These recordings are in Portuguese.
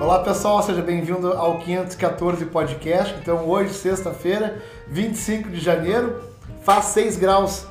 Olá pessoal, seja bem-vindo ao 514 Podcast. Então hoje, sexta-feira, 25 de janeiro, faz 6 graus,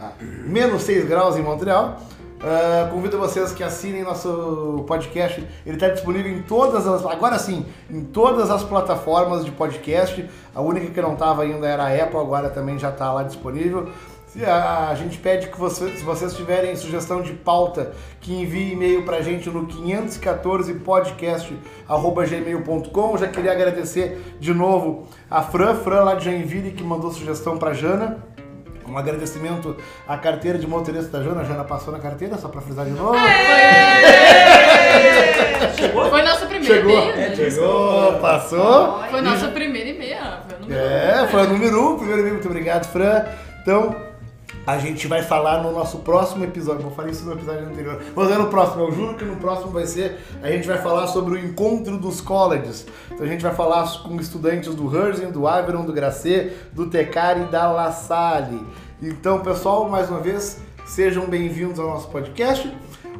ah, menos 6 graus em Montreal. Ah, convido vocês que assinem nosso podcast. Ele está disponível em todas as, agora sim, em todas as plataformas de podcast. A única que não estava ainda era a Apple, agora também já está lá disponível. Se A a gente pede que você- se vocês tiverem sugestão de pauta, que envie e-mail pra gente no 514podcast.gmail.com. Já queria agradecer de novo a Fran, Fran lá de Joinville, que mandou sugestão pra Jana. Um agradecimento à carteira de motorista da Jana. A Jana passou na carteira, só pra frisar de novo. Foi nosso primeiro Chegou. É, e-mail, né? Chegou, passou. Foi nosso primeiro e-mail. foi o número É, foi o número um, primeiro e-mail. Muito obrigado, Fran. Então, a gente vai falar no nosso próximo episódio. Vou falar isso no episódio anterior. Vou fazer no próximo. Eu juro que no próximo vai ser. A gente vai falar sobre o encontro dos colleges. Então, a gente vai falar com estudantes do Herzing, do Averon, do Gracê, do Tecari e da La Salle. Então, pessoal, mais uma vez, sejam bem-vindos ao nosso podcast.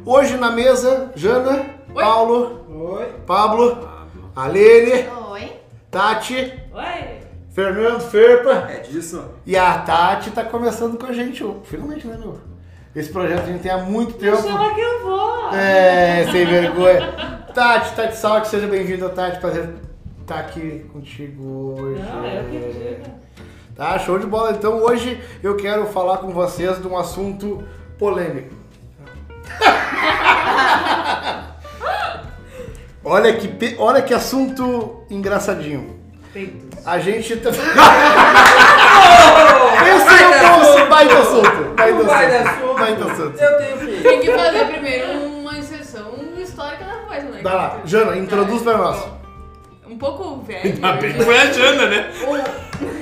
Hoje na mesa, Jana, Oi. Paulo, Oi. Pablo, Alene, Oi. Tati. Oi! Fernando Ferpa É disso. e a Tati tá começando com a gente, ó. finalmente, né, meu? Esse projeto a gente tem há muito Me tempo. chama que eu vou! É, sem vergonha. Tati, Tati Salk, seja bem-vinda, Tati. Prazer estar aqui contigo hoje. Não, Ah, eu que digo. Tá, show de bola. Então hoje eu quero falar com vocês de um assunto polêmico. olha, que, pe- olha que assunto engraçadinho. Peitos. A gente tá- também. Pensa no bolso, um vai do assunto. Vai do Vai dar assunto. assunto. Vai do assunto. Eu tenho filho. Tem que fazer primeiro uma inserção histórica da coisa, né? Vai lá, Jana, introduz pra nós. Um pouco velha. Foi a Jana, né?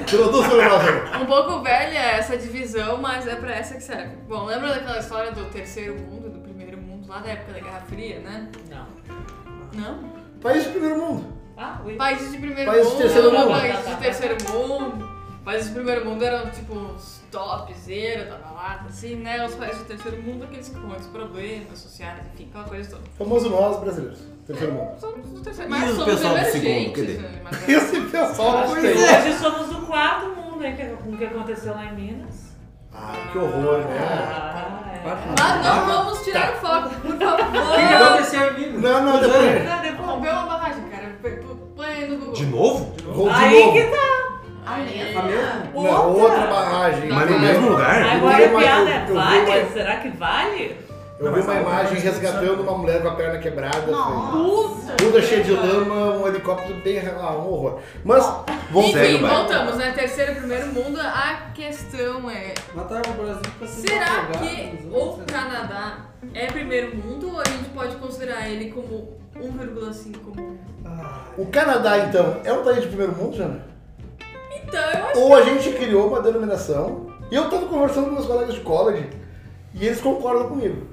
Introduz pra nós, Jana. Um pouco velha essa divisão, mas é pra essa que serve. Bom, lembra daquela história do terceiro mundo, do primeiro mundo, lá da época da Guerra Fria, né? Não. Não? País do primeiro mundo. Ah, ui. Países de primeiro Países de mundo, terceiro mundo. países de terceiro mundo. Países de primeiro mundo eram tipo os tops, era da balada, assim, né? Os países de terceiro mundo, aqueles com muitos problemas sociais, enfim, aquela coisa toda. Famoso nós, brasileiros. Terceiro mundo. Somos do terceiro, E mas o somos pessoal do emergentes, segundo, cadê? né? Mas- Esse pessoal Pois foi. é. Hoje somos do quarto mundo, hein? que- Com o que aconteceu lá em Minas. Ah, que horror, né? Ah, Mas não vamos tirar o foco, por favor. aconteceu em mim? Não, não, é. depois. Tá, devolve. Rompeu uma barragem, cara. P- p- Põe aí no Google. De novo? Vou de Aí novo. que tá. A A mesma? Não, outra barragem. Mas no mesmo lugar? Eu vi Agora a uma- piada um, eu- eu é vi uma- vale? Será que vale? Eu vi uma imagem resgatando uma mulher com a perna quebrada. assim. Puta! Tudo cheio de lama, um helicóptero bem. Ah, um horror. Mas, vamos Enfim, Sério, vai. voltamos, né? Terceiro e primeiro mundo. A questão é: Mataram o Brasil pra se será jogar, que os o outros. Canadá é primeiro mundo ou a gente pode considerar ele como 1,5 comum? Ah. O Canadá, então, é um país de primeiro mundo, Jana? Então, eu acho. Ou a gente criou uma denominação, e eu tava conversando com meus colegas de college, e eles concordam comigo.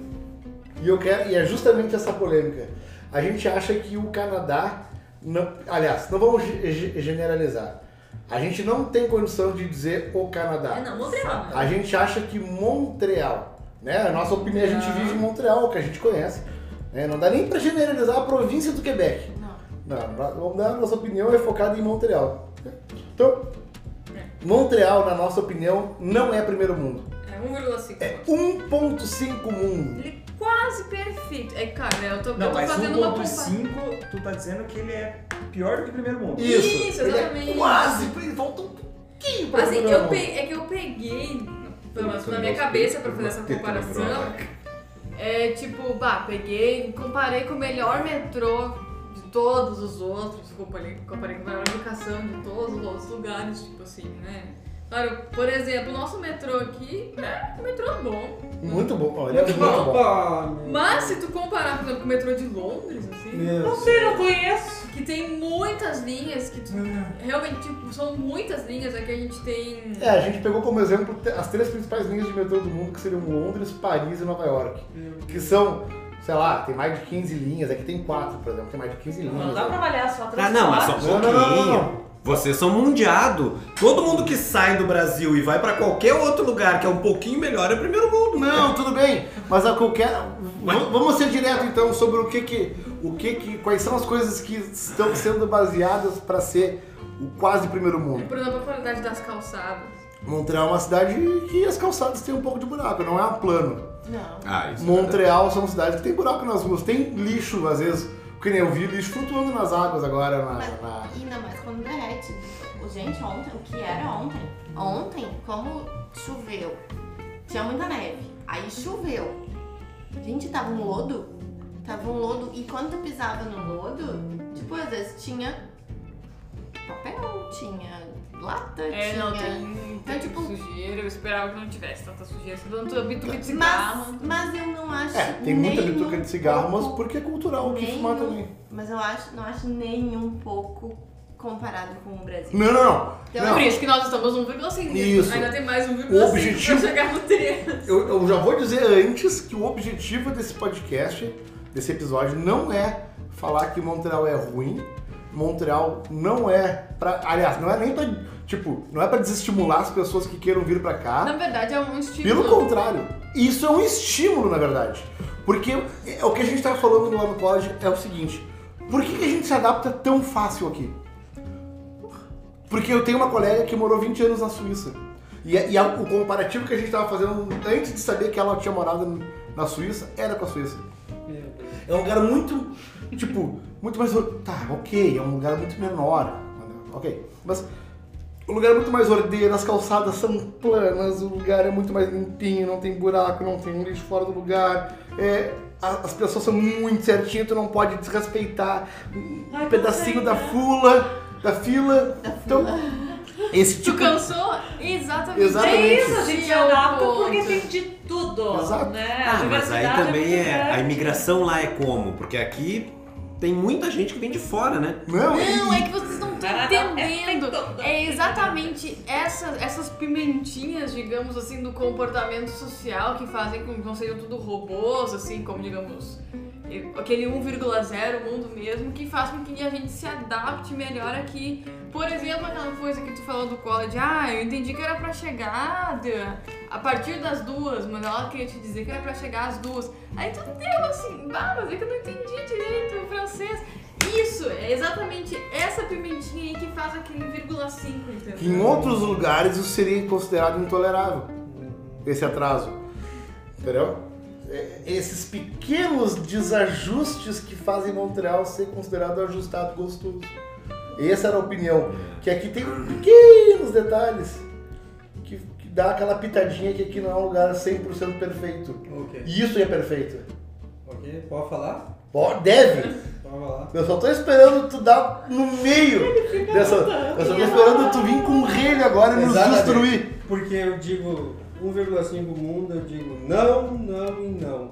E, eu quero, e é justamente essa polêmica. A gente acha que o Canadá. Não, aliás, não vamos ge- ge- generalizar. A gente não tem condição de dizer o Canadá. É, não, Montreal. né? A gente acha que Montreal, né? A nossa opinião, a gente vive em Montreal, que a gente conhece. né? Não dá nem pra generalizar a província do Quebec. Não. Não, vamos dar a nossa opinião é focada em Montreal. Então, Montreal, na nossa opinião, não é primeiro mundo. É 1,5. É 1.5 mundo. Ele é quase perfeito. É, cara, eu tô, eu Não, tô mas um fazendo uma comparação. 1.5, tu tá dizendo que ele é pior do que o primeiro mundo. Isso, Isso, ele é exatamente. quase, ele falta um pouquinho pra Assim, primeiro eu mundo. pe- é que eu peguei, pelo menos na minha cabeça, pra fazer essa comparação, é tipo, bah, peguei, comparei com o melhor metrô de todos os outros, comparei, comparei com a melhor educação de todos os outros lugares, tipo assim, né? Claro, por exemplo, o nosso metrô aqui é um metrô bom, Muito bom, olha, é muito bom. Opa, meu. mas se tu comparar, por exemplo, com o metrô de Londres, assim, Meu. Não sei, não conheço. que tem muitas linhas, que tu, realmente, tipo, são muitas linhas, aqui a gente tem... É, a gente pegou como exemplo te- as três principais linhas de metrô do mundo, que seriam Londres, Paris e Nova York. Que são, sei lá, tem mais de 15 linhas, aqui tem quatro, por exemplo, tem mais de 15 linhas. Né? Não dá pra avaliar só Ah, não, mas só um Não, pouquinho. não, não, não, Vocês são mundiado. Todo mundo que sai do Brasil e vai pra qualquer outro lugar que é um pouquinho melhor é primeiro mundo. mundo. Não, tudo bem. Mas a qualquer. v- Vamos ser direto então sobre o que que, o que que, quais são as coisas que estão sendo baseadas para ser o quase primeiro mundo. Por exemplo, a qualidade das calçadas. Montreal é uma cidade que as calçadas têm um pouco de buraco, não é a plano. Não. Ah, isso. é verdade. Montreal são cidades que tem buraco nas ruas, tem lixo às vezes. Que nem eu vi lixo flutuando nas águas agora na. na- Mas, ainda mais quando derrete. O- Gente, ontem, o que era ontem? Ontem, como choveu, tinha muita neve, aí choveu. Gente, tava um lodo, tava um lodo, e quando tu pisava no lodo, tipo, às vezes tinha papel, tinha lata, É, tinha... não, tem, tem Então, tipo- sujeira. Eu esperava que não tivesse tanta sujeira. Senão eu bituca de cigarro. Mas, mas eu não acho É, tem nem muita um bituca de cigarro, mas pouco- porque é cultural que nem fumar um- também. Mas eu acho, não acho nem um pouco comparado com o Brasil. Não, não, não. Então, Não. é Por isso que nós estamos 1,5. Isso. Ainda tem mais 1,5 O objetivo- pra chegar no 3. Eu, eu já vou dizer antes que o objetivo desse podcast, desse episódio, não é falar que Montreal é ruim. Montreal não é pra. Aliás, não é nem pra. Tipo, não é pra desestimular as pessoas que queiram vir pra cá. Na verdade, é um estilo. Ah? Pelo contrário, isso é um estímulo, na verdade. Porque é o que a gente tá falando lá no college é o seguinte: por que, que a gente se adapta tão fácil aqui? Porque eu tenho uma colega que morou 20 anos na Suíça. E, a- e a- o comparativo que a gente tava fazendo antes de saber que ela tinha morado na Suíça era com a Suíça. Meu Deus. É um lugar muito, tipo, muito mais. or- Tá, ok, é um lugar muito menor. Ok, mas o lugar é muito mais ordeiro, as calçadas são planas, o lugar é muito mais limpinho, não tem buraco, não tem um lixo fora do lugar. É, a- as pessoas são muito certinhas, tu não pode desrespeitar um Ai, pedacinho consegue, da né? fula, da fila. Então, esse Tu tipo. cansou? Exatamente. Exatamente. É isso, a gente se um adapta porque tem de tudo. Exato. Né? A Ah, mas aí diversidade também muito é. A grande. imigração lá é como? Porque aqui tem muita gente que vem de fora, né? Não, Não, é que vocês não estão Tarará, entendendo. É exatamente essa, essas pimentinhas, digamos assim, do comportamento social que fazem com que não sejam tudo robôs, assim, como digamos. Aquele 1,0 mundo mesmo que faz com que a gente se adapte melhor aqui. Por exemplo, aquela coisa que tu falou do college, ah, eu entendi que era pra chegada a partir das duas, mas ela queria te dizer que era pra chegar às duas. Aí tu deu assim, bah, mas é que eu não entendi direito o francês. Isso, é exatamente essa pimentinha aí que faz aquele vírgula 5, que em entendeu? outros lugares isso seria considerado intolerável. esse atraso. Entendeu? É, Esses pequenos desajustes que fazem Montreal ser considerado ajustado gostoso. Essa era a opinião. Que aqui tem pequenos detalhes que, que dá aquela pitadinha que aqui não é um lugar 100% perfeito. Ok. E isso é perfeito. Ok, pode falar? Ó, Deve! Pode falar. Eu só tô esperando tu dar no meio dessa. Eu só tô esperando tu vir com um relho agora e nos Exatamente. destruir. Porque eu digo 1,5 mundo, eu digo não, não e não.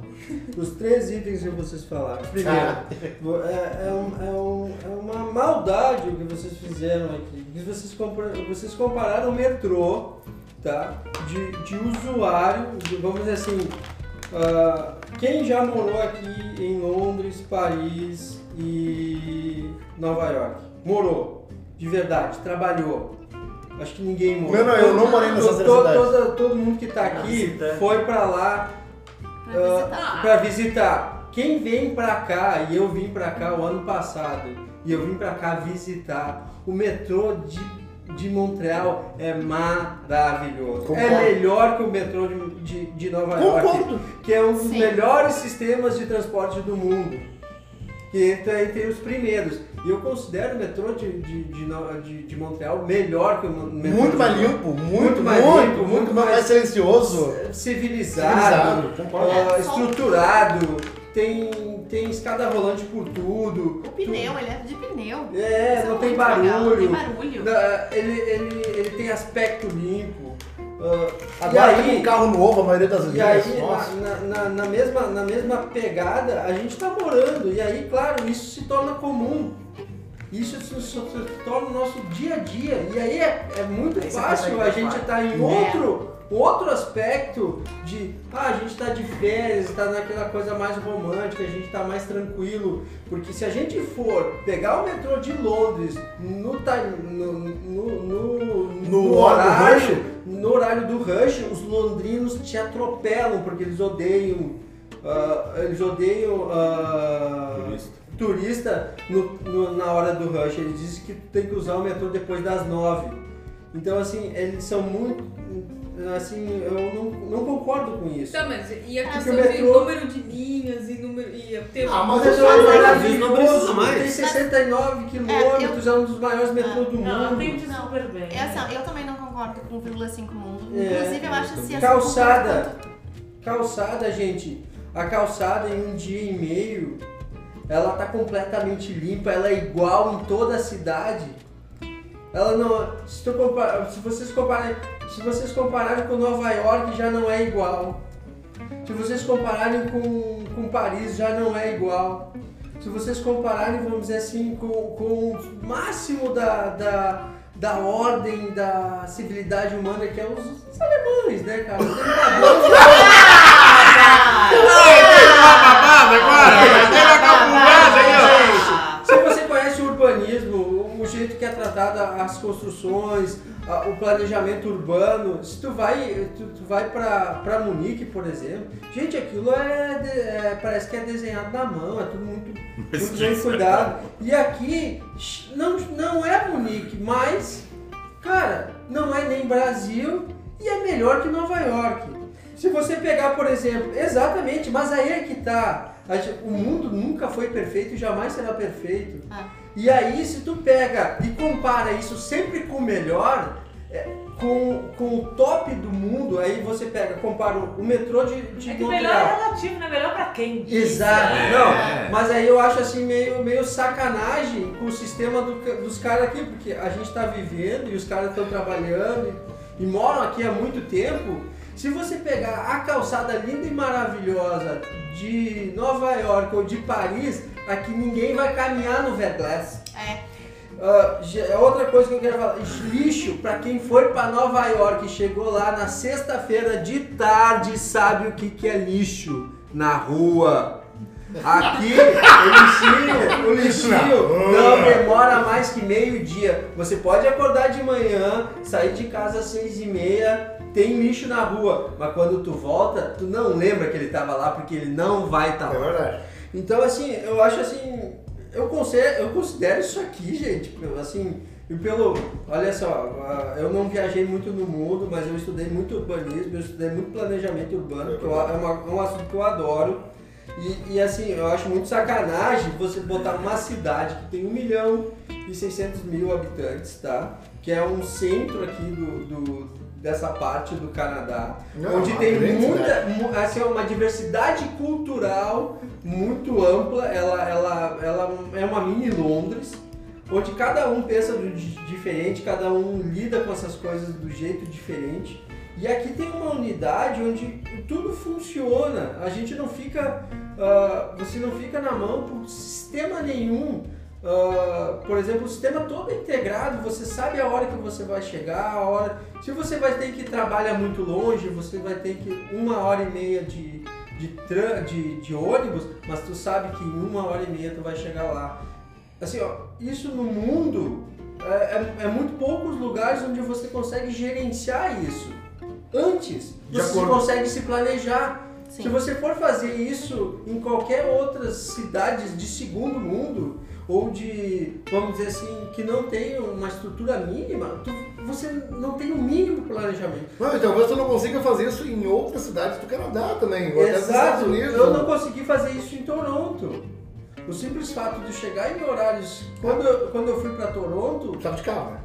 Os três itens que vocês falaram. Ah. Primeiro, vo- é, é um- é um- é uma maldade o que vocês fizeram aqui. Porque vocês, compra- vocês compararam o metrô, tá? De, de usuário, de- vamos dizer assim, ah, quem já morou aqui em Londres, Paris e Nova York? Morou, de verdade, trabalhou. Acho que ninguém morou. Não, não, eu não morei nessas To- três cidades. toda- todo mundo que tá aqui Nossa, tá. foi pra lá pra visitar. Ah, pra visitar. Quem vem pra cá, e eu vim pra cá o ano passado, e eu vim pra cá visitar, o metrô de, de Montreal é maravilhoso. Concordo. É melhor que o metrô de, de, de Nova York Concordo! que é um dos Sim. melhores sistemas de transporte do mundo. Que entra entre os primeiros. E eu considero o metrô de, de, de, No- de- de Montreal melhor que o mon- metrô Muito de mais Nova- limpo, muito, Muito mais muito, limpo, muito, muito mais, mais- silencioso. Civilizado, Civilizado, concordo. ah, É, só- estruturado, tem, tem escada rolante por tudo. O pneu, ele é de pneu. É, Isso não é tem muito legal, não barulho. tem barulho. Na- Ele, ele, ele tem aspecto limpo. ah, Agora e tá aí, com carro novo a maioria das E vezes. aí, Nossa. na, na- na- na mesma, na mesma pegada, a gente tá morando. E aí, claro, isso se torna comum. Isso se, se- se torna o nosso dia a dia. E aí é, é muito Aí você fácil consegue É. a gente levar. estar em outro, outro aspecto de ah, a gente tá de férias, tá naquela coisa mais romântica, a gente tá mais tranquilo. Porque se a gente for pegar o metrô de Londres no, time- no, no, no, No horário rush? no horário do rush, os londrinos te atropelam porque eles odeiam. ah, eles odeiam. ah, Turista. turista no- no- na hora do rush. Ele diz que tu tem que usar o metrô depois das nove. Então, assim, eles são muito. Assim, eu não, não concordo com isso. Tá, mas e a Porque questão o de metrô- número de linhas e número. E a- tem Ah, mas Mas isso é é maravilhoso, maravilhoso, não precisa mais. Tem 69 quilômetros, é um dos maiores metrôs do Não, ela um mundo. atende Não. super bem. né? Eu, assim, eu também não concordo com 1,5 mundo. É, Inclusive, eu acho assim. Calçada. essa- Calçada, gente, a calçada em um dia e meio, ela tá completamente limpa, ela é igual em toda a cidade. Ela não, se, tu compara- se vocês compararem, se vocês compararem com Nova York já não é igual. Se vocês compararem com, com Paris já não é igual. Se vocês compararem, vamos dizer assim, com, com o máximo da, da, da ordem da civilidade humana, que é os, os alemães, né, cara? Os alemães. Ah, tá. Se você conhece o urbanismo, o jeito que é tratada as construções, a- o planejamento urbano, se tu vai, tu, tu vai pra, pra Munique, por exemplo, gente, aquilo é, de- é- parece que é desenhado na mão, é tudo muito, muito bem cuidado. E aqui sh- não, não é Munique, mas, cara, não é nem Brasil e é melhor que Nova York. Se você pegar, por exemplo, exatamente, mas aí é que tá. A gen- O mundo nunca foi perfeito e jamais será perfeito. Ah. E aí, se tu pega e compara isso sempre com o melhor, é, com, com o top do mundo, aí você pega, compara o metrô de, de É que melhor é Montreal. relativo, né? Melhor pra quem? Exato, É. não, mas aí eu acho assim meio, meio sacanagem com o sistema do ca- dos caras aqui, porque a gente tá vivendo e os caras estão trabalhando e, e moram aqui há muito tempo. Se você pegar a calçada linda e maravilhosa de Nova York ou de Paris, aqui ninguém vai caminhar no Verglas. É. Ah, ge- outra coisa que eu quero falar, lixo, pra quem foi pra Nova York e chegou lá na sexta-feira de tarde, sabe o que, que é lixo na rua. Aqui, o lixinho, o lixinho não demora mais que meio-dia. Você pode acordar de manhã, sair de casa às seis e meia, tem lixo na rua, mas quando tu volta, tu não lembra que ele tava lá porque ele não vai estar É lá. verdade. Então, assim, eu acho assim. Eu considero, eu considero isso aqui, gente, pelo- assim. E pelo. Olha só, a- eu não viajei muito no mundo, mas eu estudei muito urbanismo, eu estudei muito planejamento urbano, que eu a- é, uma- é um assunto que eu adoro. E, e, assim, eu acho muito sacanagem você botar uma cidade que tem 1 milhão e 600 mil habitantes, tá? Que é um centro aqui do, do- dessa parte do Canadá Não, é né? onde uma tem grande muita, mu- assim, uma diversidade cultural muito ampla. Ela, ela, ela é uma mini Londres, onde cada um pensa do di- diferente, cada um lida com essas coisas do jeito diferente. E aqui tem uma unidade onde tudo funciona. A gente não fica, ah, você não fica na mão por sistema nenhum. Ah, por exemplo, o sistema todo é integrado, você sabe a hora que você vai chegar, a hora se você vai ter que trabalhar muito longe, você vai ter que uma hora e meia de, de, tran- de, de ônibus, mas tu sabe que em uma hora e meia tu vai chegar lá. Assim, ó, isso no mundo é, é, é muito poucos lugares onde você consegue gerenciar isso. Antes, De você acordo. consegue se planejar. Se Sim. você for fazer isso em qualquer outras cidades de segundo mundo ou de, vamos dizer assim, que não tem uma estrutura mínima, tu- você não tem o mínimo planejamento. Não, e talvez tu não consiga fazer isso em outras cidades do Canadá também, ou até dos Estados Unidos. né? eu não consegui fazer isso em Toronto. O simples fato de chegar em horários. Quando eu, quando eu fui para Toronto, Precisava de carro, né?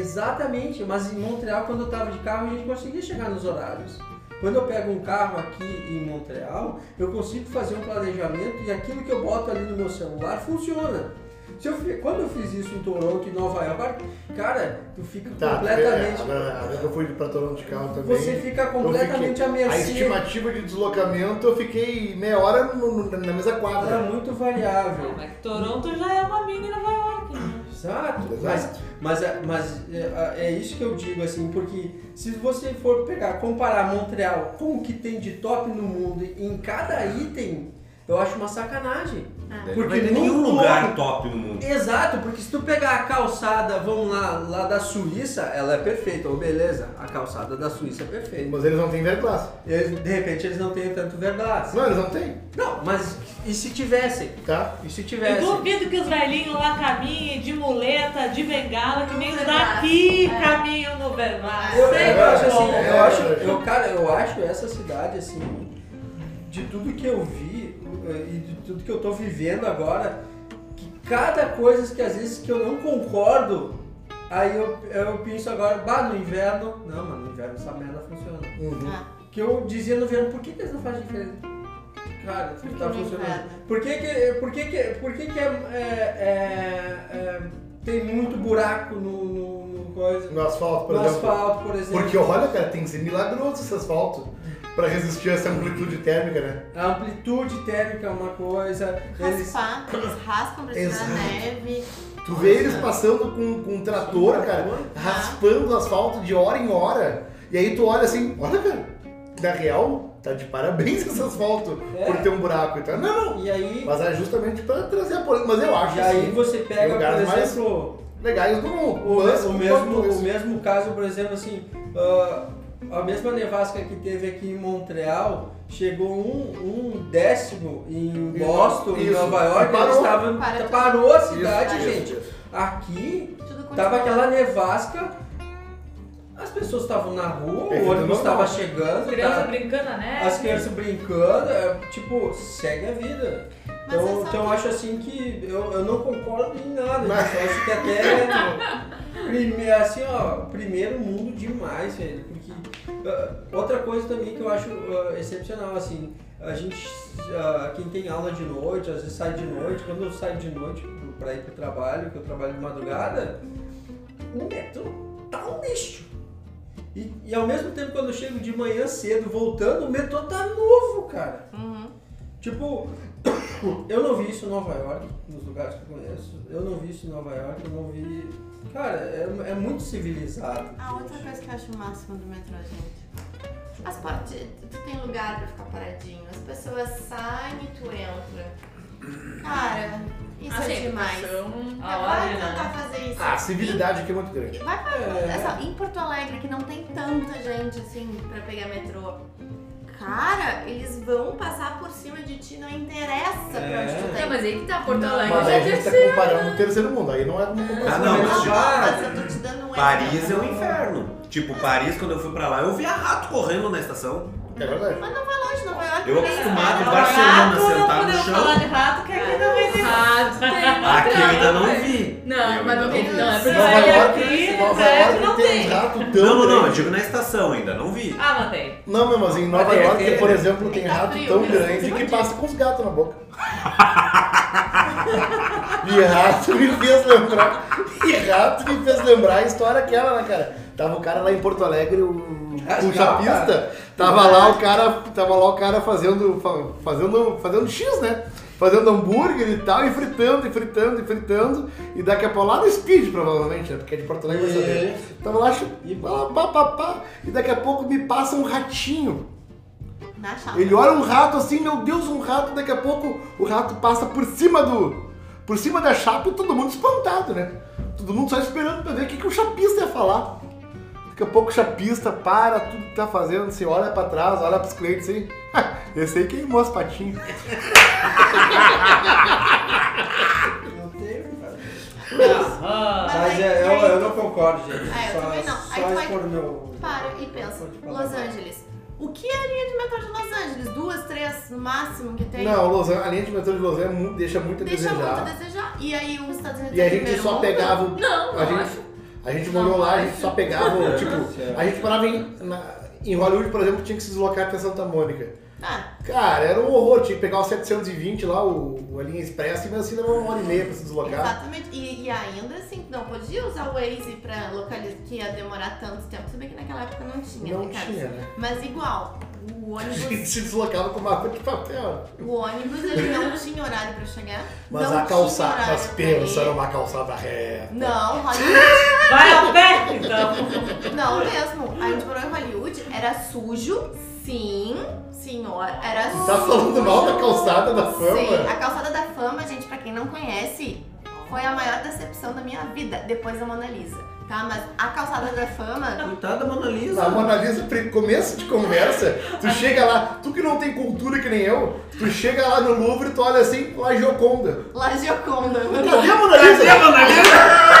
Exatamente, mas em Montreal, quando eu tava de carro, a gente conseguia chegar nos horários. Quando eu pego um carro aqui em Montreal, eu consigo fazer um planejamento e aquilo que eu boto ali no meu celular funciona. Se eu fi- quando eu fiz isso em Toronto e Nova York, cara, tu fica completamente. é, a- a vez que eu fui pra Toronto de carro também. você fica eu completamente fiquei- tipo, à A mercê. estimativa de deslocamento eu fiquei meia hora no- no- na mesma É quadra. muito Ah, variável. mas Toronto já é uma mini Nova York, né? Exato. Mas Exato. Mas, é- mas é, é isso que eu digo, assim, porque se você for pegar, comparar Montreal com o que tem de top no mundo em cada item, Eu acho uma sacanagem. Daí Ah, Porque não vai ter não nenhum todo- lugar top no mundo. Exato, porque se tu pegar a calçada, vamos lá, lá da Suíça, ela é perfeita, ou beleza, a calçada da Suíça é perfeita. Mas eles não têm verglass. Eles- de repente eles não têm tanto verdade. Não, eles não têm, Não, mas e se tivessem? tá? E se Eu tivessem? duvido que os velhinhos lá caminhem de muleta, de bengala, que No nem os Verlaço, daqui é. caminham no Verlaço. Eu, Sei eu acho como. assim, É, eu acho, é. eu, cara, eu acho essa cidade assim, de tudo que eu vi eh, e de tudo que eu tô vivendo agora, que cada coisa que às vezes que eu não concordo, aí eu, eu penso agora, bah, no inverno, não, mano, no inverno essa merda funciona. Uhum. Que eu dizia no verão, por que, que eles não fazem diferença? Cara, isso tá Porque não funcionando. inverna. Por que que, por que, que, por que, que é, é- é- é- tem muito buraco no, no- no coisa? No asfalto, por No exemplo. asfalto, por exemplo. Porque olha, cara, tem que ser milagroso esse asfalto pra resistir a essa amplitude térmica, né? A amplitude térmica é uma coisa. Eles, Raspar, eles raspam pra tirar a Exato. neve. Tu vê eles é. passando com, com um trator, cara, tá. raspando o asfalto de hora em hora. E aí tu olha assim, olha, cara, na real, tá de parabéns esse asfalto É. por ter um buraco e tal. Não, não. e aí, Mas é justamente pra trazer a polêmica. Mas eu acho e aí assim, você pega, lugares por mais- exemplo. legais do mundo. O, Mas, o por mesmo, favor, o mesmo caso, por exemplo, assim, ah, a mesma nevasca que teve aqui em Montreal chegou um, um décimo em Em Boston, em isso. Nova York, E parou. eles estavam- Para- parou a cidade, Isso, gente. Aqui Tudo continua. tava aquela nevasca, as pessoas estavam na rua, É, o tudo ônibus normal. estava As chegando, crianças tá- brincando né? na É. neve. as crianças brincando, é, tipo, segue a vida. Mas Então, é só- então eu acho assim que eu, eu não concordo em nada, gente. eu acho que até primeiro, assim, ó, primeiro mundo demais, velho. Porque ah, outra coisa também que eu acho ah, excepcional, assim, a gente, ah, quem tem aula de noite, às vezes sai de noite, quando eu saio de noite pro- pra ir pro trabalho, que eu trabalho de madrugada, um o metrô tá um lixo. E, e ao mesmo tempo quando eu chego de manhã cedo voltando, o metrô tá novo, cara. Uhum. Tipo, eu não vi isso em Nova York, nos lugares que eu conheço. Eu não vi isso em Nova York, eu não vi. Cara, é, é muito civilizado. A Ah, outra coisa que eu acho o máximo do metrô, gente. As portas. Tu tem lugar pra ficar paradinho. As pessoas saem e tu entra. Cara, isso Assim, é demais. então, A Vai hora, né? tentar fazer isso. A civilidade aqui é muito grande. Vai pra, É. é só, em Porto Alegre, que não tem tanta gente assim pra pegar metrô. Cara, eles vão passar por cima de ti, não interessa pra onde tu Não, tem. mas aí que tá Porto Mas Alegre. aí a já gente tá desceu. né? comparando o terceiro mundo, aí não é uma comparação. Ah, não, Não, mas não, tipo, mas eu tô te dando um Paris é exemplo. um inferno. Tipo, Paris, quando eu fui pra lá, eu via rato correndo na estação. É verdade. Mas não vai longe, Nova York. Eu também, é acostumado cara. em Barcelona rato, não sentado no podemos chão. falar de rato, que aqui não vai ter Errado, é um tem. Aqui eu ainda não vi. né? Não, Eu mas não ainda tem. Não, é porque Não, Nova Vai York, aqui, Nova né? York Não tem tem. um rato tão Não, não, não, eu grande. digo na estação ainda, não vi. Ah, mas tem. Não, meu, mas em Tá Nova Mas York, tem- por exemplo, tem Tá rato frio, tão né? grande que Explodiu. passa com os gatos na boca. E rato me fez lembrar. E rato me fez lembrar a história aquela, né, cara? Tava o cara lá em Porto Alegre, o Ah, puxa-pista. Tava lá o cara, tava lá o cara fazendo, fa- fazendo, fazendo X, né? Fazendo hambúrguer e tal, e fritando, e fritando, e fritando. E daqui a pouco lá no Speed, provavelmente, né? Porque é de Porto Alegre, vai saber. Isso. Tava lá, E- e, pá, pá, pá, pá, e daqui a pouco me passa um ratinho. Na chapa. Ele olha um rato assim, meu Deus, um rato, daqui a pouco o rato passa por cima do. por cima da chapa e todo mundo espantado, né? Todo mundo só esperando pra ver o que, que o chapista ia falar. Daqui a pouco o chapista para tudo que tá fazendo, assim, olha pra trás, olha pros clientes assim. "Ah, Esse aí queimou as patinhas. Não tem, cara. Ah, Mas é, eu, eu não concordo, gente. Ah, eu só também não. só Aí tu vai- expor meu. Para e pensa. Pode falar. Los Angeles. O que é a linha de metrô de Los Angeles? Duas, três no máximo que tem? Não, Los Angeles, a linha de metrô de Los Angeles é mu- deixa muito a Deixa muito desejar. a desejar. E aí os Estados Unidos E é a o gente primeiro só mundo? pegava. o- Não, a eu gente, acho. a gente morou lá, a gente só pegava, o- tipo. Certo. A gente parava em, na- em Hollywood, por exemplo, tinha que se deslocar até Santa Mônica. Ah, Cara, era um horror, tinha que pegar o 720 lá, o, a linha expressa, e mesmo assim demorava uma hora e meia pra se deslocar. exatamente. E, e ainda assim, não podia usar o Waze pra localizar, que ia demorar tanto tempo. Se bem que naquela época não tinha, Não né, cara? tinha, né? Mas igual, o A gente ônibus, se deslocava com mapa de papel. o ônibus ele não tinha horário pra chegar. Mas não a tinha calçada, horário mas pra pensa um ir. numa calçada reta. Não, Hollywood. Vai a pé, então. Não mesmo. A gente morou em Hollywood, era sujo, sim, Senhora, era Tá falando mal da calçada da fama? Sim, a calçada da fama, gente, pra quem não conhece, foi a maior decepção da minha vida, depois da Mona Lisa, tá? Mas a calçada da fama, Coitada da Mona Lisa. A Mona Lisa, pre- começo de conversa, tu chega lá, tu que não tem cultura que nem eu, tu chega lá no Louvre e tu olha assim, lá Gioconda. La Gioconda, Cadê a Mona Lisa? Cadê a Mona Lisa?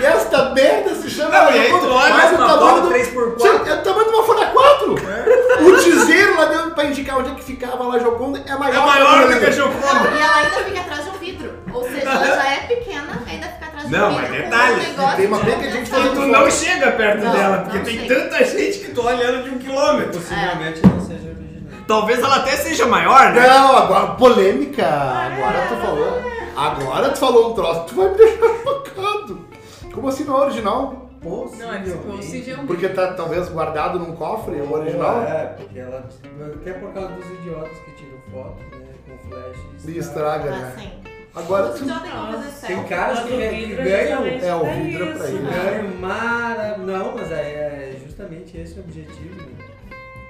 E esta merda se chama Não, e aí tu Gioconda, olha mas o uma tamanho bola do... 3x4. Tchê, É o tamanho de uma Folha 4! É. O dizeiro lá dentro pra indicar onde é que ficava lá Gioconda é maior, É maior do que a Gioconda. Gioconda. e ela ainda fica atrás de um vidro. Ou seja, ela já é pequena, ainda fica atrás de um Não, vidro. mas com detalhe, um negócio tem uma de boca de gente compensar. fazendo Tu não chega perto Não, dela, porque não tem sei. tanta gente que tu olha ela de um quilômetro. Possivelmente É. não seja original. Talvez ela até seja maior, né? Não, agora, polêmica! Agora tu falou. Agora tu falou um troço, tu vai me deixar chocado. Como assim não é original? Não, é tipo, o Possivelmente. Cid é um Porque tá talvez guardado num cofre, é o original. É, porque ela. Até por causa dos idiotas que tiram foto, né? Com flash. E estraga, né? Assim. Agora Os tu. idiotas vão fazer Tem selfie. caras que, Mas o que vidro é ganham. justamente É, o pra vidro é pra isso, isso. né? Ganham mara. Não, mas é é justamente esse o objetivo. né?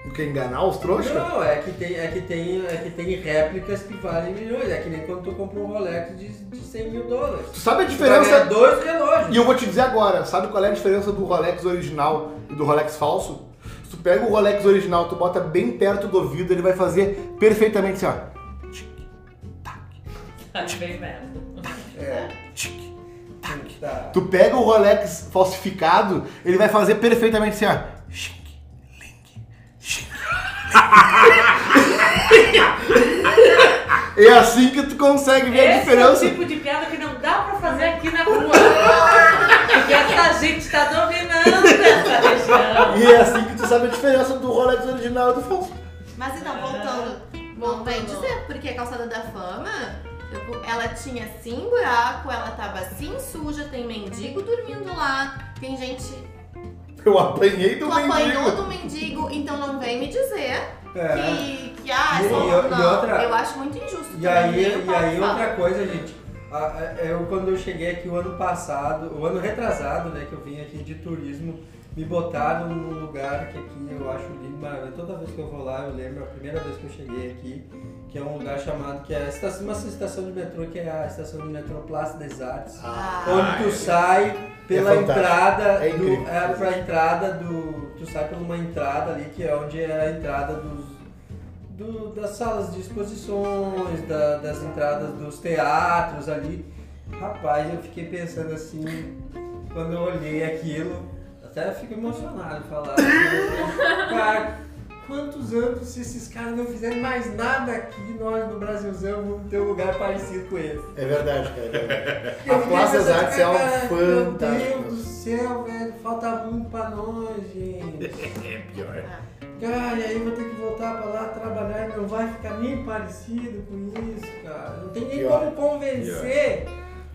O que? Enganar os trouxas? Não, é que, tem, é, que tem, é que tem réplicas que valem milhões. É que nem quando tu compra um Rolex de, de 100 mil dólares. Tu sabe a Tu vai ganhar diferença. dois relógios. E eu vou te dizer agora, sabe qual é a diferença do Rolex original e do Rolex falso? Se tu pega o Rolex original, tu bota bem perto do ouvido, ele vai fazer perfeitamente assim, ó. Tá bem merda. É. Tá. Tu pega o Rolex falsificado, ele vai fazer perfeitamente assim, ó. Xing, ling, xing, ling. É assim que tu consegue ver a Esse é o diferença. tipo de piada que não dá pra fazer aqui na rua. Porque essa gente tá dominando essa região. E é assim que tu sabe a diferença do Rolex original e do falso. Mas então, voltando. Bom, bem dizer, porque a calçada da fama, tipo, ela tinha assim buraco, ela tava assim suja, tem mendigo dormindo lá, tem gente. Eu apanhei do Tu apanhou mendigo. do mendigo, então não vem me dizer É. que, que ah, E- isso e- e não. outra- Eu acho muito injusto. E também, aí, nem o e aí Paulo outra coisa, gente. A- a- Eu, quando eu cheguei aqui o ano passado, o ano retrasado, né, que eu vim aqui de turismo, me botaram num lugar que aqui eu acho lindo, maravilhoso. Toda vez que eu vou lá, eu lembro a primeira vez que eu cheguei aqui, que é um lugar chamado, que é a estação- uma estação de metrô, que é a estação de metrô Plaça das Artes. Ah. Onde tu sai pela É fantástico. entrada É do, incrível. é pra entrada do tu sai por uma entrada ali que é onde é a entrada dos do- das salas de exposições da- das entradas dos teatros ali rapaz eu fiquei pensando assim quando eu olhei aquilo até fico emocionado de falar cara quantos anos se esses caras não fizerem mais nada aqui nós no Brasilzão vamos ter um lugar parecido com esse É verdade, cara. é verdade. eu A fiquei Plaza das pensando, Artes é algo cara, Meu Deus fantástico. do céu, velho, falta muito pra nós, gente. É pior. Cara, aí eu vou ter que voltar pra lá trabalhar e não vai ficar nem parecido com isso, cara. Não tem nem Pior. como convencer,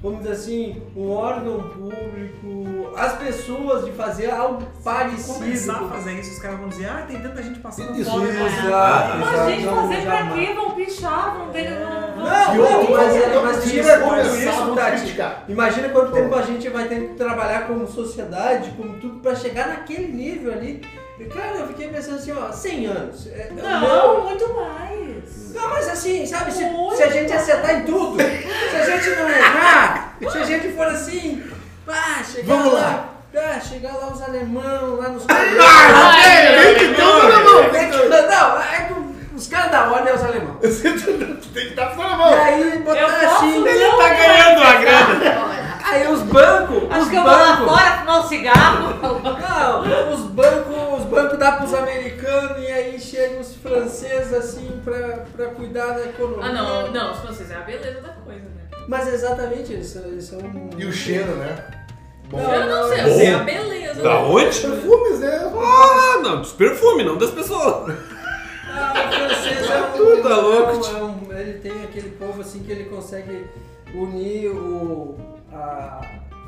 vamos dizer assim, um órgão público, as pessoas de fazer algo parecido. Começar a é fazer isso, os caras vão dizer, ah, tem tanta gente passando Isso, fome. isso. mas- Exato, né? Mas, exato, gente, não, fazer pra jamais. quê? Vão pichar, vão ter... Vão, vão... Não, E outro, não, mas, é, eu mas preciso tira tudo começar, isso, vamos Tati. criticar. Imagina quanto Pô. tempo a gente vai ter que trabalhar como sociedade, como tudo, pra chegar naquele nível ali. E, Cara, eu fiquei pensando assim, ó, 100 anos. É, eu Não, muito mais. Não, mas assim, sabe, se, Muito. se a gente acertar em tudo, se a gente não errar, se a gente for assim, pá, chegar Vamos lá. Ah! pá, chegar lá os alemão, lá nos coreanos. Tem que ter então, um na mão. Não, não, é que os caras da ordem é os alemão. Tem que estar na E mão. aí, botar Eu posso assim... tá, não Tá ganhando a grana. Fábio. Aí os bancos, os Acho que eu vou lá bancos. fora fumar um cigarro. Não, os bancos, os bancos dá pros americanos e aí chegam os franceses assim pra, pra cuidar da economia. Ah, não, não, se vocês é a beleza da coisa, né? Mas é exatamente, eles são. Eles são um- E o cheiro, né? Não, Eu não sei, eu Bom. sei a beleza. Da né? onde? Perfumes, né? Ah, não, dos perfumes, não das pessoas. Ah, o francês é um. Tu tá é um- louco, tio. é um- ele tem aquele povo assim que ele consegue unir o, a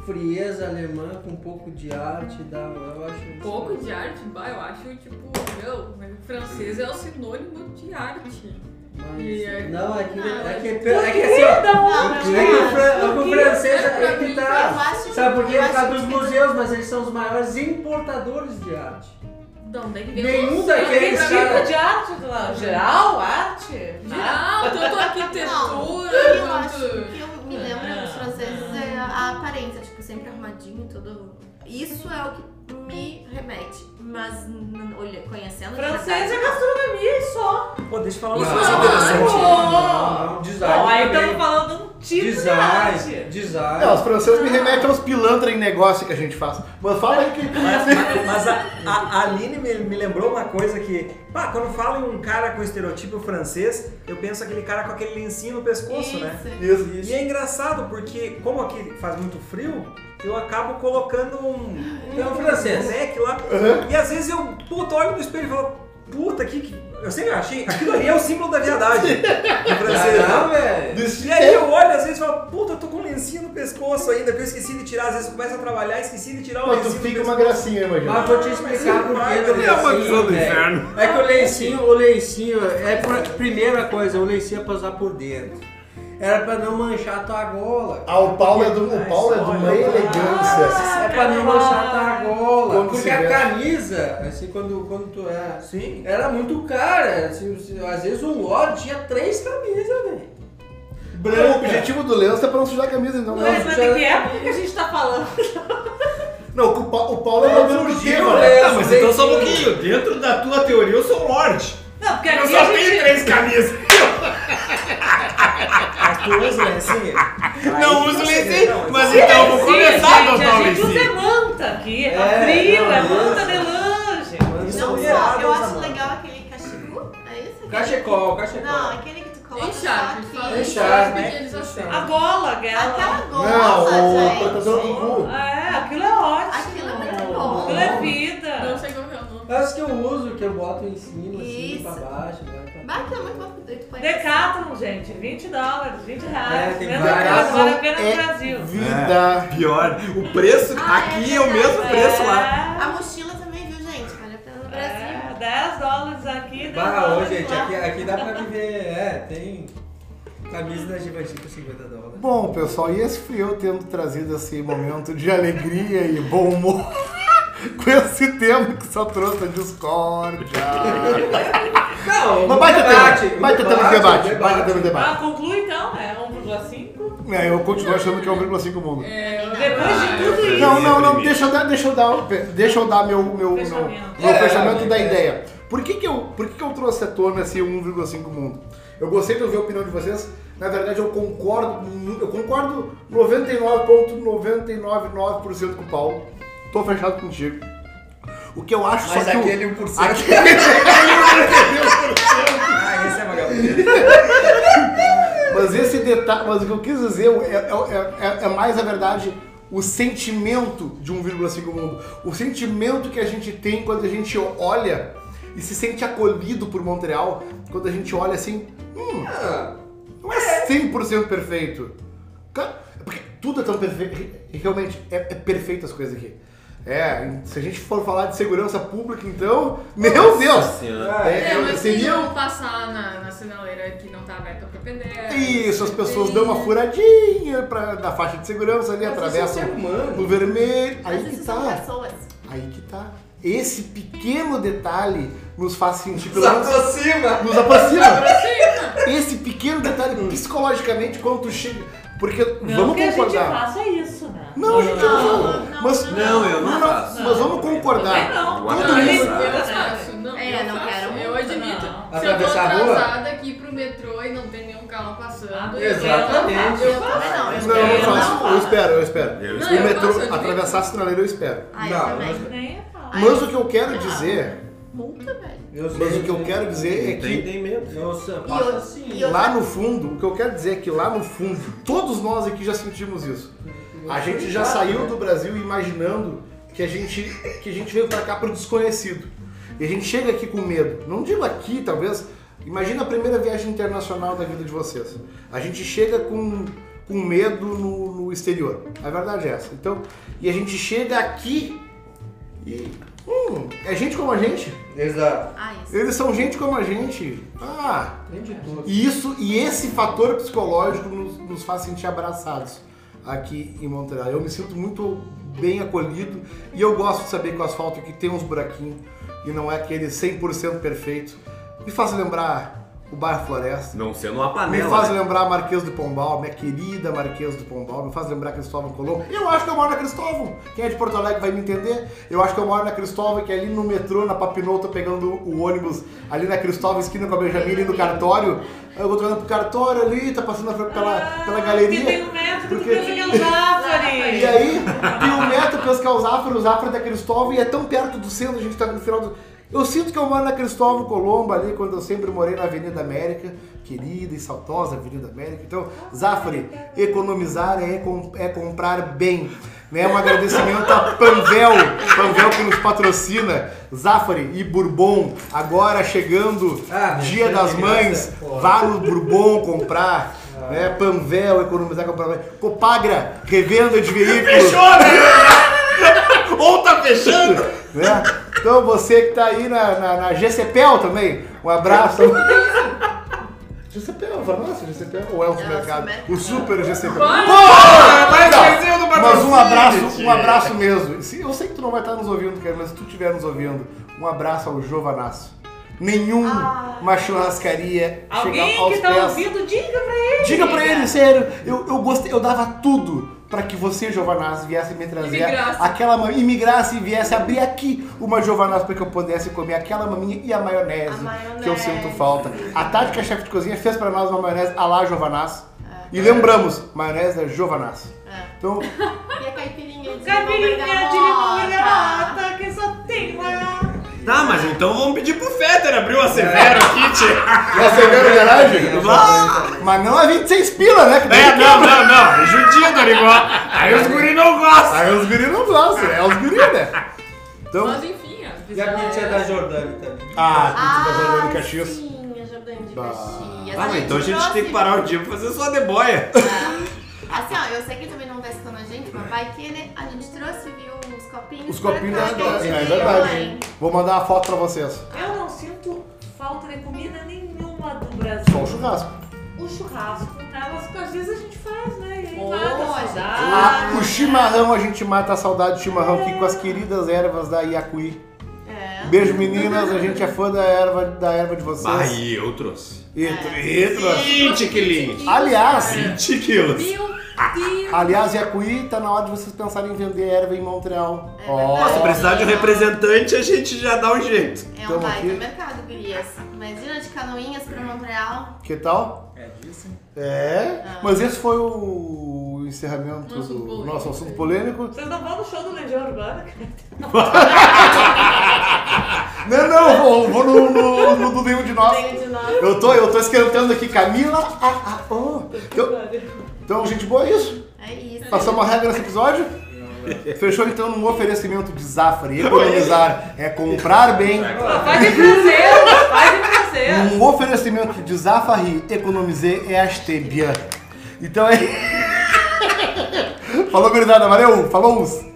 frieza alemã com um pouco de arte. Dá, eu acho. isso- Pouco de arte, bah, eu acho, tipo, meu, mas o francês é o sinônimo de arte. Mas, não, é que, é que, é que, Por é que que assim, ó. não? É que o, fran- o francês é que tá. Eu acho- Sabe por tá quê? eu Por causa acho dos que- museus, mas eles são os maiores importadores de arte. Não, Então, tem que ver Nenhum você. daqueles Pra mim, caras- Tipo de arte do lado. Geral, arte? Geral, Ah. tanto Não, arquitetura, eu acho quanto... que eu me lembro dos franceses é Ah. a aparência, tipo, sempre arrumadinho, todo. Isso é o que me remete. Mas n- olha, conhecendo. de Francês é verdade, gastronomia e só. Pô, deixa eu falar uma Não, coisa não, interessante. é né? Não, não, design Bom, aí também. estamos falando de um tipo de Design, arte. design. Não, os franceses me remetem aos pilantras em negócio que a gente faz. Mas fala aí que. Mas, mas a, a- a Aline me, me lembrou uma coisa que, pá, quando falam em um cara com estereotipo francês, eu penso aquele cara com aquele lencinho no pescoço, né? Isso. Isso. E é engraçado porque, como aqui faz muito frio, eu acabo colocando um, É um francês. boneco lá. E às vezes eu puta, olho no espelho e falo, puta, que, que. Eu sempre achei. Aquilo ali é o símbolo da viadagem do francês. Caralho, né? velho. Desse E aí eu olho às vezes e falo, puta, eu tô com um lencinho no pescoço ainda, que eu esqueci de tirar, às vezes começa a trabalhar, esqueci de tirar o Mas tu lencinho. do fica pescoço. uma gracinha, imagina. é Mas vou te explicar por que do É uma visão lencinho, do velho. inferno. É que o lencinho, o lencinho, é pra, primeira coisa, o lencinho é pra usar por dentro. Era pra não manchar a tua gola. Ah, o Paulo é do, o Paulo é de uma elegância. É pra não manchar a tua gola. Quando se Porque a veste. camisa, assim, quando, quando tu é. Sim. Era muito cara. Assim, às vezes um Lorde tinha três camisas, velho. O objetivo do Leandro é pra não sujar a camisa, então. Mas, mas já- de que época que a gente tá falando? Não, o, Pa- o Paulo é Não, o mesmo do surgiu, tema, né? né? Ah, mas então só um pouquinho. Dentro da tua teoria, eu sou o Lorde. Não, porque Eu aqui a só tenho gente... três camisas. Mas tu usa lencinho? Não uso lencinho, mas então eu vou Sim, começar a gente, adotar o a gente usa lencinho. é manta aqui, é, É, frio, é não, manta isso. de lange. Mas Não são só, errados, eu acho amor. legal aquele cachecol. É isso? Cachecol, cachecol. Não, aquele que tu tá coloca Enxarpe. só fala né? aqui. Enxarpe, enxarpe, né? eles A acham. gola, gala. Aquela gola, Não, o gente. protetor do cu. É, aquilo é ótimo. Aquilo é muito bom. Aquilo é Não vida. chegou meu nome. As que eu uso, que eu boto em cima, assim, Isso. pra baixo, né? Bah, aquilo é muito bom. Tu põe Decathlon, gente, 20 dólares, 20 reais. É, tem Mesma várias. coisa, vale a pena É no Brasil. Vida. Pior, o preço Ah, é aqui é, o mesmo verdade, preço lá. A mochila também, viu, gente? Vale a pena no É, Brasil. é, 10 dólares aqui, 10 Bah, ô, dólares gente, lá. aqui, é aqui dá pra viver, é, tem camisa da Givenchy por 50 dólares. Bom, pessoal, e esse fui eu tendo trazido esse momento de alegria e bom humor com esse tema que só trouxe a discórdia. Não, Mas baita tema, baita tema de debate, baita tema de Ah, debate. conclui então, é 1,5. É, Eu continuo achando que é 1,5 mundo. Depois de tudo isso. Não, não, não, deixa eu dar, deixa eu dar, deixa eu dar meu, meu, meu, Fechamento. meu É, fechamento da é. ideia. Por que que eu, por que que eu trouxe à tona assim, esse 1,5 mundo? Eu gostei de ouvir a opinião de vocês. Na verdade, eu concordo, mu- eu concordo 99,999% com o Paulo. Tô fechado contigo. O que eu acho Mas só que o- aquele 1%. Ah, esse é vagabundo. Mas esse detalhe, mas o que eu quis dizer é, é- é- é mais a verdade o sentimento de 1,5 mundo. O sentimento que a gente tem quando a gente olha e se sente acolhido por Montreal, quando a gente olha assim, hum, não é 100% perfeito. Ca- Porque tudo é tão perfeito. Realmente, é, é perfeito as coisas aqui. É, se a gente for falar de segurança pública, então, meu Deus! É, eu- mas se seria- um não passar na, na sinaleira que não tá aberta pra pedestre. Isso, as pessoas dão uma furadinha pra, da faixa de segurança ali, Mas isso é atravessam ser humano. no vermelho. Aí Mas que isso é um são tá. pessoas. Aí que tá. Esse pequeno detalhe nos faz sentir pelo Se menos. aproxima. Nos aproxima. Sim, Esse pequeno detalhe psicologicamente quando tu chega. Porque Não vamos que a gente concordar. faça isso, né? Não, a gente não, Não, fala. não, mas, Não, eu não faço. mas vamos concordar. Também não. Tudo não, isso. eu não tá. faço, não. É, eu não faço. quero Eu muito, admito. não. Se eu tô Atravessar a rua? atrasada aqui pro metrô e não tem nenhum carro passando, eu Exatamente. Eu também não. Eu Não, eu não eu faço. Eu espero, eu espero. Eu O espero. Eu metrô faço, eu atravessar a sinaleira, eu espero. Ah, Não, eu também. Nem a falar. Ai, Mas o que eu quero não. dizer, Multa, velho. Eu sei, mas o que eu sei. quero dizer é que Tem, tem mesmo. Nossa, E eu- passa assim. e eu- Lá no fundo, o que eu quero dizer é que lá no fundo, todos nós aqui já sentimos isso. A gente já saiu do Brasil imaginando que a gente, que a gente veio pra cá pro desconhecido. E a gente chega aqui com medo. Não digo aqui, talvez. Imagina a primeira viagem internacional da vida de vocês. A gente chega com, com medo no, no exterior. A verdade é essa. Então, e a gente chega aqui e. Hum, é gente como a gente. Exato. Ah, isso. Eles são gente como a gente. Ah, Tem de tudo. e isso e esse fator psicológico nos, nos faz sentir abraçados aqui em Montreal. Eu me sinto muito bem acolhido e eu gosto de saber que o asfalto aqui tem uns buraquinhos, e não é aquele 100% perfeito. Me faz lembrar o bairro Floresta. Não sendo uma Me panela. faz né? lembrar Marquês do Pombal, minha querida Marquês do Pombal, me faz lembrar Cristóvão Colombo. Eu acho que eu moro na Cristóvão. Quem é de Porto Alegre vai me entender. Eu acho que eu moro na Cristóvão, que é ali no metrô, na Papinou, tô pegando o ônibus ali na Cristóvão, esquina com a Benjamin, ali no cartório. Eu vou olhando pro cartório ali, tá passando pela, Ah, pela Que tem galeria. um metro, tu Porque- pensa que é um Zafari. E aí, tem um metro pescar o Zafra, o Zafra é da Cristóvão e é tão perto do centro, a gente tá no final do. Eu sinto que eu moro na Cristóvão Colombo ali, quando eu sempre morei na Avenida América, querida e saudosa Avenida América. Então, Zafre, economizar é, com- é comprar bem. Né? Um agradecimento a Panvel, Panvel que nos patrocina, Zafre e Bourbon, agora chegando, Ah, meu Dia Deus, das que Mães, graça, Ah. porra. vá no Bourbon comprar, né? Panvel, economizar, comprar bem. Copagra, revenda de veículos. Ou tá fechando! né? Então você que tá aí na, na, na GCPEL também, um abraço. GCPEL, farmácia, GCPEL ou é o supermercado? O super GCPEL. Porra! Mas Tá. mas eu não Mas um patrocínio, abraço, tia. um abraço mesmo. Se- Eu sei que tu não vai estar nos ouvindo, cara, mas se tu estiver nos ouvindo, um abraço ao Giovanasso. Nenhuma churrascaria Alguém chega aos que tá pés. ouvindo, diga pra ele. Diga pra ele, sério, eu, eu gostei, eu dava tudo pra que você, Giovanazzi, viesse me trazer Imigrasse. aquela maminha, imigrasse e viesse abrir aqui uma Giovanazzi pra que eu pudesse comer aquela maminha e a maionese, A maionese. que eu sinto falta. A Tati, que é chefe de cozinha, fez pra nós uma maionese à la Giovanazzi. E lembramos, maionese da Giovanazzi. É. Então, E a caipirinha de Caipirinha de limão e garota, que só tem lá. Tá, mas então vamos pedir pro Fetter abrir o Severo aqui, tia. você viu a garagem? Mas não é a 26 pila, né? Que daí- É, não, não, não. Juntinho, Dorigó. Aí os guri não gostam. Aí os guris não gostam, é os guris, né? Então, Mas enfim, as E a pizza da é- Jordânia também. ah, pizza da Ah, Jordânia Caxias. sim, a Jordânia de Bah. Caxias. Ah, mas então a gente trouxe- tem que parar o dia pra fazer só deboia. Assim, ó, eu sei que também não tá escutando a gente, mas vai que né, a gente trouxe, viu, uns copinhos. Os copinhos pra da cá, que a Jordânia, gente é viu, verdade. hein? Vou mandar uma foto pra vocês. Eu não sinto falta de comida nenhuma do Brasil. Só o churrasco. O churrasco, né? Mas às vezes a gente faz, né? E aí Ô, mata a gente. Ah, saudade. o chimarrão a gente mata a saudade do chimarrão aqui com as queridas ervas da Iacuí. É. Beijo meninas, a gente é fã da erva, da erva de Bah, vocês. e eu trouxe. E, É. e, trouxe. 20 quilinhos. aliás, Cara, 20 quilos. Meu Deus! aliás, Iacuí tá na hora de vocês pensarem em vender erva em Montreal. É Ó, verdade. Se precisar de um representante, a gente já dá um jeito. É Tamo um baita aqui. mercado, gurias. Imagina de canoinhas pra Montreal. que tal? É disso, hein? É, mas esse foi o encerramento Nosso do polêmico. nosso assunto polêmico. Vocês não vão no show do Legião Urbana? cara? Não, não, vou, vou no, no, no do nenhum de nós. Vem de nós. Eu tô, eu tô esquentando aqui, Camila. Ah, ah, oh. Então- então, gente boa, é isso. É isso. Passamos a regra nesse episódio? Fechou então num oferecimento de Zafre. Economizar é comprar bem. Faz de prazer, faz de prazer. Num oferecimento de Zafari, economizer é astebia. Então é. Falou, gurizada. Valeu. Falou.